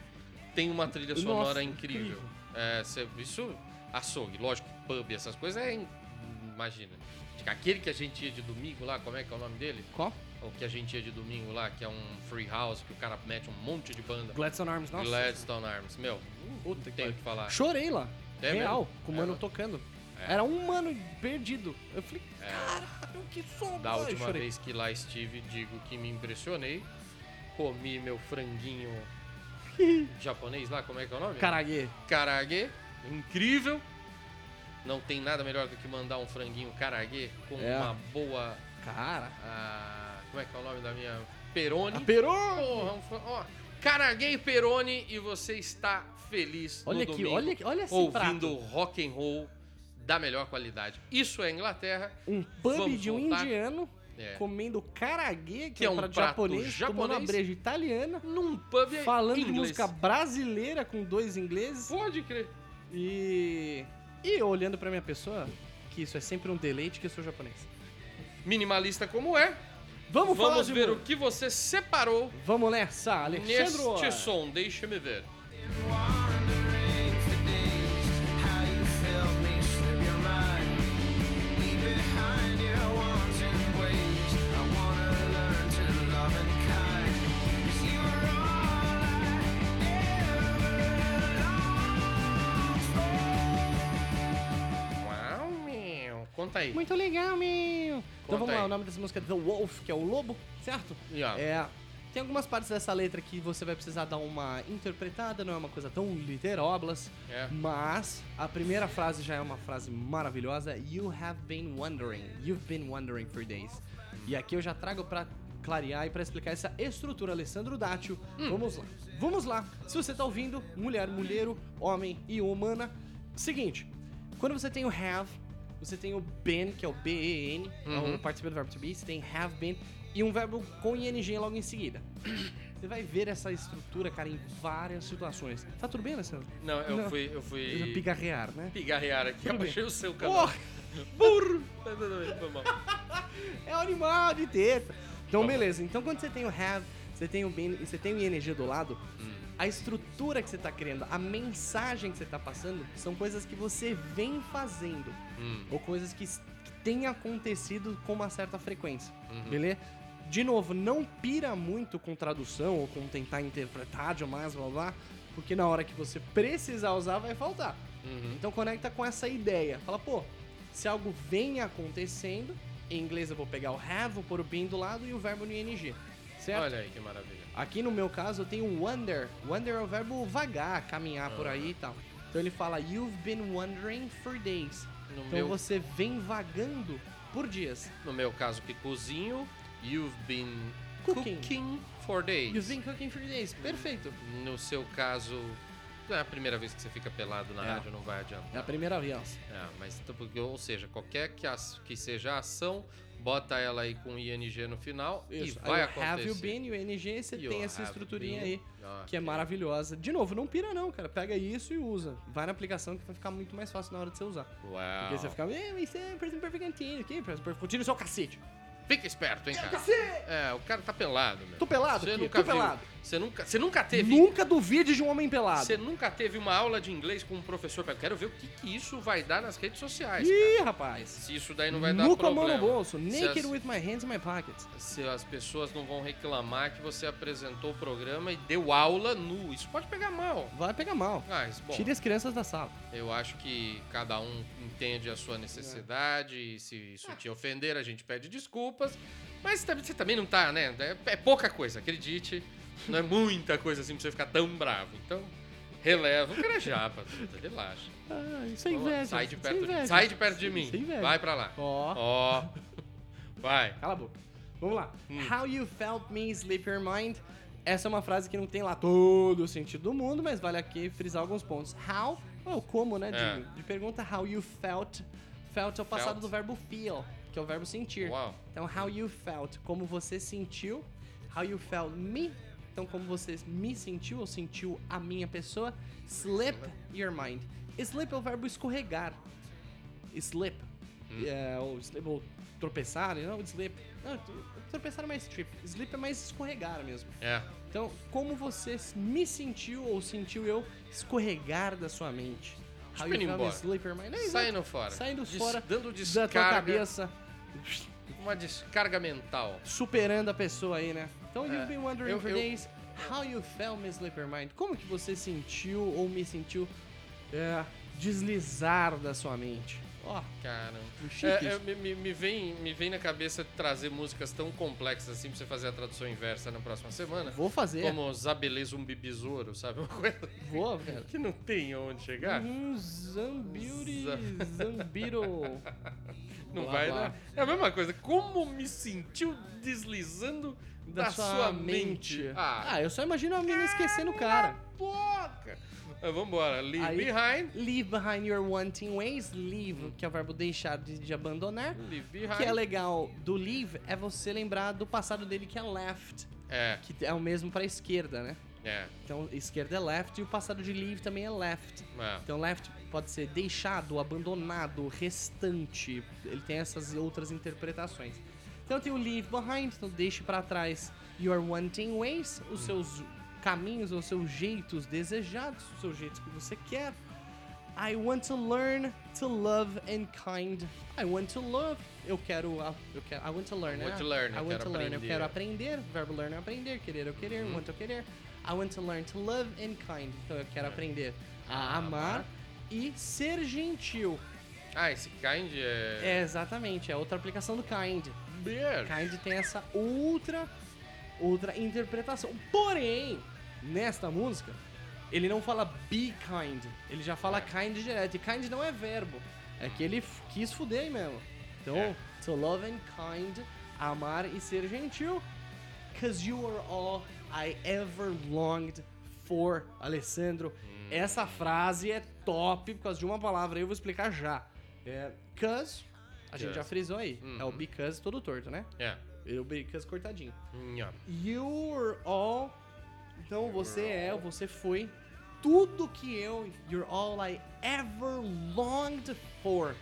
S1: tem uma trilha
S7: Nossa,
S1: sonora incrível.
S7: incrível.
S1: É, você- isso, açougue, lógico, pub, essas coisas, é, in- imagina. Tipo, Aquele que a gente ia de domingo lá, como é que é o nome dele?
S7: Qual?
S1: O que a gente ia de domingo lá, que é um free house, que o cara mete um monte de banda.
S7: Gladstone Arms, nossa.
S1: Gladstone Arms. Meu, não tenho o que falar.
S7: Chorei lá.
S1: É
S7: real,
S1: mesmo?
S7: com o mano
S1: É, né?
S7: tocando.
S1: É.
S7: Era um mano perdido. Eu falei, caralho, que som,
S1: Da
S7: mano." Eu
S1: última
S7: chorei.
S1: vez que lá estive, digo que me impressionei. Comi meu franguinho japonês lá, como é que é o nome?
S7: Caraguê.
S1: Karage. Incrível. Não tem nada melhor do que mandar um franguinho karage com
S7: É.
S1: uma boa.
S7: Cara.
S1: ah, como é que é o nome da minha? Peroni.
S7: Aperou!
S1: Porra, um fran- ó, Karage e Peroni e você está feliz no
S7: Olha aqui,
S1: domingo,
S7: olha aqui, olha esse
S1: ouvindo rock and roll da melhor qualidade. Isso é Inglaterra.
S7: Um pub
S1: Vamos
S7: de um
S1: voltar.
S7: indiano
S1: É.
S7: comendo caraguê, que,
S1: Que é
S7: é
S1: um
S7: um prato
S1: prato
S7: japonês, tomando uma
S1: japonês.
S7: breja italiana,
S1: Num pub
S7: falando de
S1: inglês.
S7: música brasileira com dois ingleses
S1: Pode crer.
S7: e... E eu olhando pra minha pessoa, que isso é sempre um deleite que eu sou japonês.
S1: Minimalista como é,
S7: Vamos, falar
S1: vamos
S7: de
S1: ver
S7: mu-
S1: o que você separou
S7: Vamos nessa, Alexandre!
S1: neste
S7: Ora.
S1: som. Deixa-me ver. Uau, meu. Conta aí.
S7: Muito legal, meu!
S1: Conta
S7: Então vamos
S1: aí. Ah.
S7: lá, o nome dessa música é The Wolf, que é o lobo, certo?
S1: Yeah.
S7: É. Tem algumas partes dessa letra que você vai precisar dar uma interpretada, não é uma coisa tão literoblas.
S1: É.
S7: Mas a primeira frase já é uma frase maravilhosa. You have been wondering. You've been wondering for days. E aqui eu já trago pra clarear e pra explicar essa estrutura, Alessandro Dátio. Vamos lá. Vamos lá. Se você tá ouvindo, mulher, mulhero, homem e humana. Seguinte, quando você tem o have, você tem o been, que é o B-E-N, é o participio do verbo to be, você tem have been e um verbo com ing logo em seguida. Você vai ver essa estrutura, cara, em várias situações. Tá tudo bem, Alessandro?
S1: Não, eu
S7: Não.
S1: fui. Eu fui.
S7: Eu já pigarrear, né?
S1: pigarrear aqui,
S7: Tudo bem.
S1: abaixei o seu canal. Burro! Tá tudo bem, foi mal.
S7: É o animal de teta. Então, beleza. Então, quando você tem o have, você tem o been e você tem o ing do lado, a estrutura que você tá criando, a mensagem que você tá passando, são coisas que você vem fazendo. Ou coisas que, s- que têm acontecido com uma certa frequência. Beleza? De novo, não pira muito com tradução ou com tentar interpretar demais, blá blá, porque na hora que você precisar usar, vai faltar. Então conecta com essa ideia. Fala, pô, se algo vem acontecendo, em inglês eu vou pegar o have, vou pôr o been do lado e o verbo no ing. Certo?
S1: Olha aí que maravilha.
S7: Aqui no meu caso eu tenho wander. Wander é o verbo vagar, caminhar por aí e tal. Então ele fala, you've been wandering for days.
S1: No
S7: então
S1: meu-
S7: você vem vagando por dias.
S1: No meu caso, que cozinho, you've been
S7: Cooking.
S1: cooking for days.
S7: You've been cooking for days. Perfeito.
S1: No seu caso, Não é a primeira vez que você fica pelado na
S7: É.
S1: rádio, não vai adiantar.
S7: É a primeira aliança.
S1: É, mas então, porque- ou seja, qualquer que, as- que seja a ação, bota ela aí com ING no final
S7: Isso.
S1: e vai
S7: aí, o
S1: acontecer.
S7: Have You Been e o NG, você
S1: You
S7: tem essa
S1: have
S7: estruturinha
S1: been.
S7: aí,
S1: Ah,
S7: que é maravilhosa. De novo, não pira não, cara. Pega isso e usa. Vai na aplicação que vai ficar muito mais fácil na hora de você usar.
S1: Uau.
S7: é- Porque você fica, eh, mas isso é preço perfectinho, que preço perfectinho, isso é o cacete.
S1: Fica esperto, hein, cara. É, o cara tá pelado, meu.
S7: assim. Tô pelado
S1: Você
S7: aqui,
S1: nunca
S7: tô
S1: viu.
S7: pelado.
S1: Você nunca, você nunca teve.
S7: Nunca duvide de um homem pelado.
S1: Você nunca teve uma aula de inglês com um professor. Eu quero ver o que, que isso vai dar nas redes sociais.
S7: Ih,
S1: cara.
S7: rapaz.
S1: Se isso daí não vai dar
S7: Nu com a
S1: problema. é-
S7: mão no bolso,
S1: Se
S7: naked
S1: as-
S7: with my hands in my pockets.
S1: se as pessoas não vão reclamar que você apresentou o programa e deu aula nu. Isso pode pegar mal.
S7: Vai pegar mal.
S1: Mas, Ah, bom,
S7: Tire as crianças da sala.
S1: eu acho que cada um entende a sua necessidade e se isso
S7: É.
S1: te ofender, a gente pede desculpas. Mas também- você também não tá, né? É, é pouca coisa, acredite. Não é muita coisa assim pra você ficar tão bravo. Então, releva o cara é japa, puta, relaxa.
S7: Ah, isso é
S1: Vamos lá,
S7: inveja.
S1: Sai de
S7: isso é
S1: perto de mim.
S7: inveja.
S1: Sai de perto de
S7: Isso-
S1: mim.
S7: isso é inveja.
S1: Vai pra lá.
S7: Ó,
S1: Ó. Vai.
S7: cala a boca. Vamos lá.
S1: Hum.
S7: How you felt me sleep your mind. Essa é uma frase que não tem lá todo o sentido do mundo, mas vale aqui frisar alguns pontos. How, ou como, né,
S1: É.
S7: de, de pergunta, how you felt. Felt é o
S1: Felt.
S7: passado do verbo feel, que é o verbo sentir.
S1: Uau.
S7: Então, how you felt, como você sentiu. How you felt me, então como você me sentiu ou sentiu a minha pessoa. Slip your mind. Slip é o verbo escorregar. Slip.
S1: Hum.
S7: É, ou slip, ou tropeçar, né? não, slip. Não, tro- tropeçar é mais trip. Slip é mais escorregar mesmo.
S1: É.
S7: Então, como você me sentiu ou sentiu eu escorregar da sua mente? How
S1: Tipo, indo
S7: felt
S1: embora.
S7: slip your mind. É, exato.
S1: Saindo fora.
S7: Saindo
S1: Des-
S7: fora
S1: Dando
S7: da tua
S1: descarga.
S7: cabeça.
S1: Uma descarga mental.
S7: superando a pessoa aí, né? Então, you've been wondering
S1: É. Eu-
S7: for
S1: eu-
S7: days how you felt, Miss Slipper Mind. Como que você sentiu ou me sentiu é, deslizar da sua mente? Ó,
S1: Caramba.
S7: chique
S1: É, é,
S7: isso.
S1: me, me- me vem, me vem na cabeça trazer músicas tão complexas assim pra você fazer a tradução inversa na próxima semana.
S7: Vou fazer.
S1: Como Zabeleza um besouro, sabe? Uma coisa
S7: Vou, velho.
S1: que não tem aonde chegar.
S7: Hum, Zambiuri,
S1: Za-
S7: Zambiro.
S1: Não
S7: blá,
S1: vai,
S7: blá.
S1: né? É a mesma coisa. Como me sentiu deslizando da, sua mente.
S7: Ah,
S1: Ah,
S7: eu só imagino a menina esquecendo o cara.
S1: boca! Ah, vambora. Leave
S7: Aí-
S1: behind.
S7: Leave behind your wanting ways, leave, que é o verbo deixar de, de abandonar.
S1: Leave
S7: O que é
S1: behind.
S7: legal do leave é você lembrar do passado dele que é left,
S1: É,
S7: que é o mesmo pra esquerda, né?
S1: é.
S7: Então, esquerda é left e o passado de leave também é left.
S1: é.
S7: Então, left pode ser deixado, abandonado, restante. Ele tem essas outras interpretações. Então, tem o leave behind, então deixe pra trás your wanting ways, os seus caminhos ou seus jeitos desejados, os seus jeitos que você quer. I want to learn to love and kind. I want to love. Eu quero. a- Eu quero I want to learn.
S1: I want
S7: né?
S1: to learn,
S7: I
S1: eu
S7: want
S1: quero
S7: to learn. Eu
S1: aprender. Uhum.
S7: quero aprender. Verbo learn é aprender. Querer eu querer. Want eu querer. I want to learn to love and kind. Então eu
S1: É.
S7: quero aprender a amar, e ser gentil.
S1: Ah, esse kind é.
S7: É, exatamente. É outra aplicação do kind.
S1: Beer.
S7: Kind tem essa outra outra interpretação. Porém, nesta música, ele não fala be kind, ele já
S1: É.
S7: fala kind direto. E kind não é verbo. É que ele f- quis fuder aí mesmo. Então,
S1: É.
S7: to love and kind, amar e ser gentil. Cause you are all I ever longed for, Alessandro.
S1: Hum.
S7: Essa frase é top por causa de uma palavra aí, eu vou explicar já. É, cause, a gente
S1: Cause.
S7: já frisou aí. É o
S1: Uhum.
S7: because todo torto, né?
S1: É. Hum,
S7: Eu brincas cortadinho.
S1: Nham.
S7: You're all. Então você é, você foi tudo que eu. You're all I ever longed for.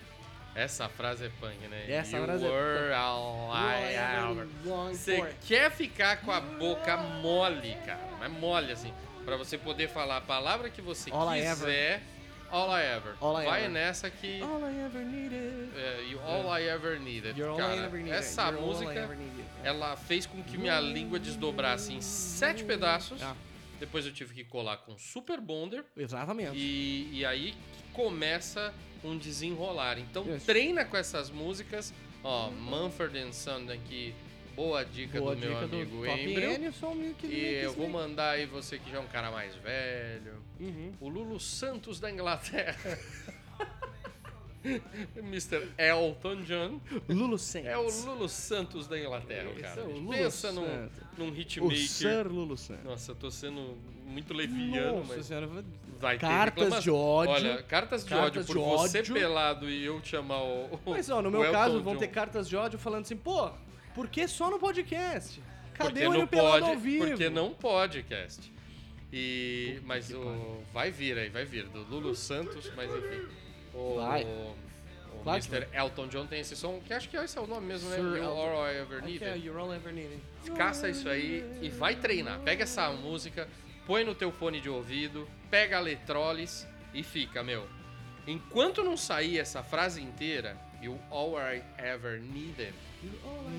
S1: Essa frase é punk, né?
S7: Essa
S1: you
S7: frase é
S1: were
S7: punk.
S1: all I ever.
S7: longed
S1: Você quer ficar com a boca mole, cara. Mas mole, assim. Pra você poder falar a palavra que você
S7: All I
S1: quiser. all I ever.
S7: All I
S1: Vai
S7: ever.
S1: nessa que.
S7: All I ever needed.
S1: é, you all I ever needed.
S7: You're all
S1: cara.
S7: I ever needed.
S1: Essa
S7: You're all I
S1: música,
S7: ever needed. É.
S1: ela fez com que minha língua desdobrasse em sete pedaços.
S7: Ah.
S1: Depois eu tive que colar com Super Bonder.
S7: Exatamente.
S1: E, e aí que começa um desenrolar. Então
S7: Isso. Uhum.
S1: treina com essas músicas. Ó, Manfred Son aqui, boa dica
S7: Boa
S1: do
S7: dica
S1: meu
S7: do
S1: amigo
S7: Pop
S1: Embryo.
S7: Anderson, Milk
S1: E
S7: Milk
S1: eu vou
S7: Smith.
S1: mandar aí você que já é um cara mais velho.
S7: Uhum.
S1: O Lulu Santos da Inglaterra. Mr. Elton John.
S7: Lulu Santos.
S1: É o Lulu Santos da Inglaterra,
S7: Esse
S1: cara.
S7: é o Lulu
S1: Pensa num,
S7: Santos.
S1: num
S7: O
S1: hitmaker.
S7: Sir Lulu Santos.
S1: Nossa, eu tô sendo muito leviano,
S7: Nossa
S1: mas
S7: senhora, vai-
S1: vai ter
S7: Cartas
S1: reclamação.
S7: de ódio.
S1: Olha, cartas de
S7: Cartas
S1: ódio por
S7: de
S1: você
S7: ódio.
S1: pelado e eu te amar o, o-
S7: Mas ó, no
S1: o
S7: meu
S1: Elton um
S7: caso, vão
S1: John.
S7: ter cartas de ódio falando assim, pô, por que só no podcast? Cadê
S1: porque
S7: o
S1: não
S7: Anil Pelado ao
S1: pode,
S7: vivo?
S1: porque não pode, cast. E mas o vai vir aí, vai vir do Lulu Santos, mas enfim. O,
S7: Vai.
S1: o
S7: Claro que
S1: Mr. Elton John tem esse som, que acho que esse é o nome mesmo, né?
S7: Sir
S1: You
S7: Elton. É
S1: Are All I Ever
S7: Aqui,
S1: Needed.
S7: ó, You're all ever needed.
S1: Caça isso aí e vai treinar. Pega essa música, põe no teu fone de ouvido, pega a Letrolis e fica, meu. Enquanto não sair essa frase inteira, e o All I Ever Needed,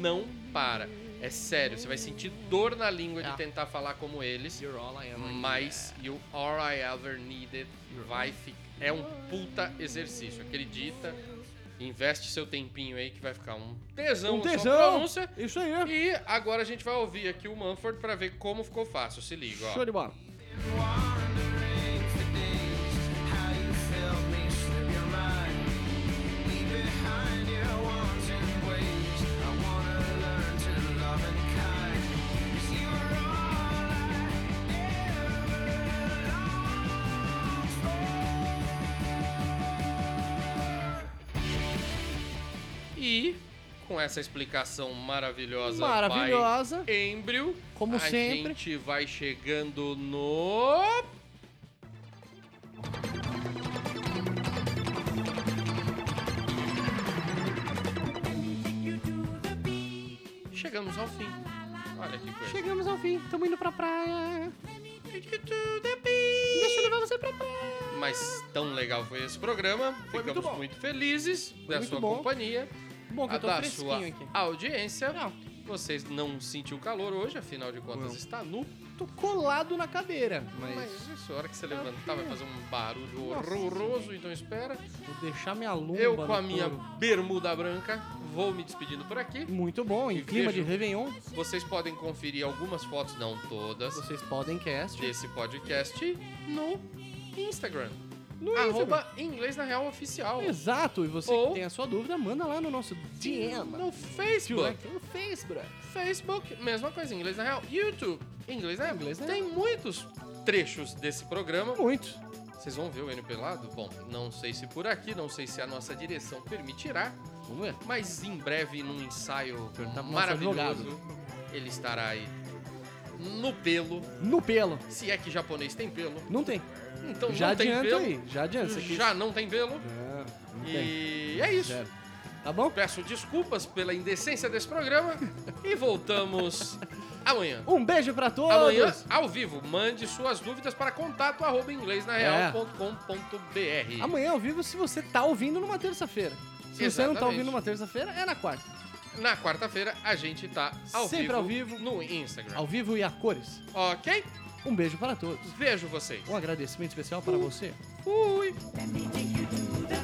S1: não para. É sério, você vai sentir dor na língua de
S7: Ah.
S1: tentar falar como eles,
S7: You're all I ever needed.
S1: mas e o All I Ever Needed vai ficar. É um puta exercício, acredita. Investe seu tempinho aí que vai ficar um tesão,
S7: Um
S1: na sua
S7: tesão!
S1: pronúncia.
S7: Isso aí, é.
S1: E agora a gente vai ouvir aqui o Manford pra ver como ficou fácil. Se liga, ó.
S7: Show de bola.
S1: E com essa explicação maravilhosa,
S7: Maravilhosa.
S1: pai Embryo,
S7: Como
S1: a
S7: sempre.
S1: gente vai chegando no Chegamos ao fim. Olha que coisa.
S7: Chegamos ao fim, estamos indo pra praia. Deixa eu levar você pra praia.
S1: Mas tão legal foi esse programa.
S7: Foi muito
S1: Ficamos muito,
S7: bom.
S1: felizes da
S7: muito
S1: sua
S7: bom.
S1: companhia,
S7: Bom, que
S1: a
S7: eu tô
S1: da
S7: fresquinho
S1: sua
S7: aqui.
S1: audiência.
S7: Não.
S1: Vocês não sentiu calor hoje, afinal de contas
S7: Não.
S1: está nu.
S7: Tô colado na cadeira, mas,
S1: Mas isso, a hora que você levantar vai fazer um barulho horroroso, então espera.
S7: vou deixar minha lumba
S1: Eu com
S7: no
S1: a minha
S7: couro.
S1: bermuda branca vou me despedindo por aqui.
S7: Muito bom, em
S1: E
S7: clima
S1: vejo-
S7: de Réveillon,
S1: Vocês podem conferir algumas fotos, não todas,
S7: vocês podem cast.
S1: desse podcast no Instagram.
S7: No
S1: Arroba Inglês na Real Oficial.
S7: Exato, e você
S1: Ou-
S7: que tem a sua dúvida, manda lá no nosso DM.
S1: No Facebook.
S7: né? No Facebook.
S1: Facebook, mesma coisa, inglês na real. YouTube, inglês na real.
S7: Inglês na
S1: Tem muitos trechos desse programa.
S7: Muito.
S1: Vocês vão ver o N Pelado? Bom, não sei se por aqui, não sei se a nossa direção permitirá,
S7: Vamos ver.
S1: mas em breve, num ensaio
S7: Perguntar pro nosso
S1: maravilhoso, ele estará aí no pelo.
S7: No pelo.
S1: Se é que japonês tem pelo,
S7: Não tem.
S1: então
S7: já
S1: não tem
S7: adianta
S1: pelo.
S7: aí, já adianta. Você quis-
S1: Já não tem pelo.
S7: É, não tem.
S1: E é isso.
S7: Zero. Tá bom?
S1: Peço desculpas pela indecência desse programa e voltamos amanhã.
S7: Um beijo pra todos.
S1: Amanhã, ao vivo, mande suas dúvidas para contato arroba
S7: É.
S1: inglesnareal.com.br.
S7: Amanhã ao vivo se você tá ouvindo numa terça-feira. Se você não
S1: Exatamente.
S7: tá ouvindo numa terça-feira, é na quarta.
S1: Na quarta-feira, a gente tá ao
S7: Sempre
S1: vivo,
S7: ao vivo.
S1: no Instagram.
S7: Ao vivo e a cores.
S1: Ok?
S7: Um beijo para todos.
S1: Vejo vocês. Uh.
S7: Um agradecimento especial para você.
S1: Fui!
S9: Let me take you to the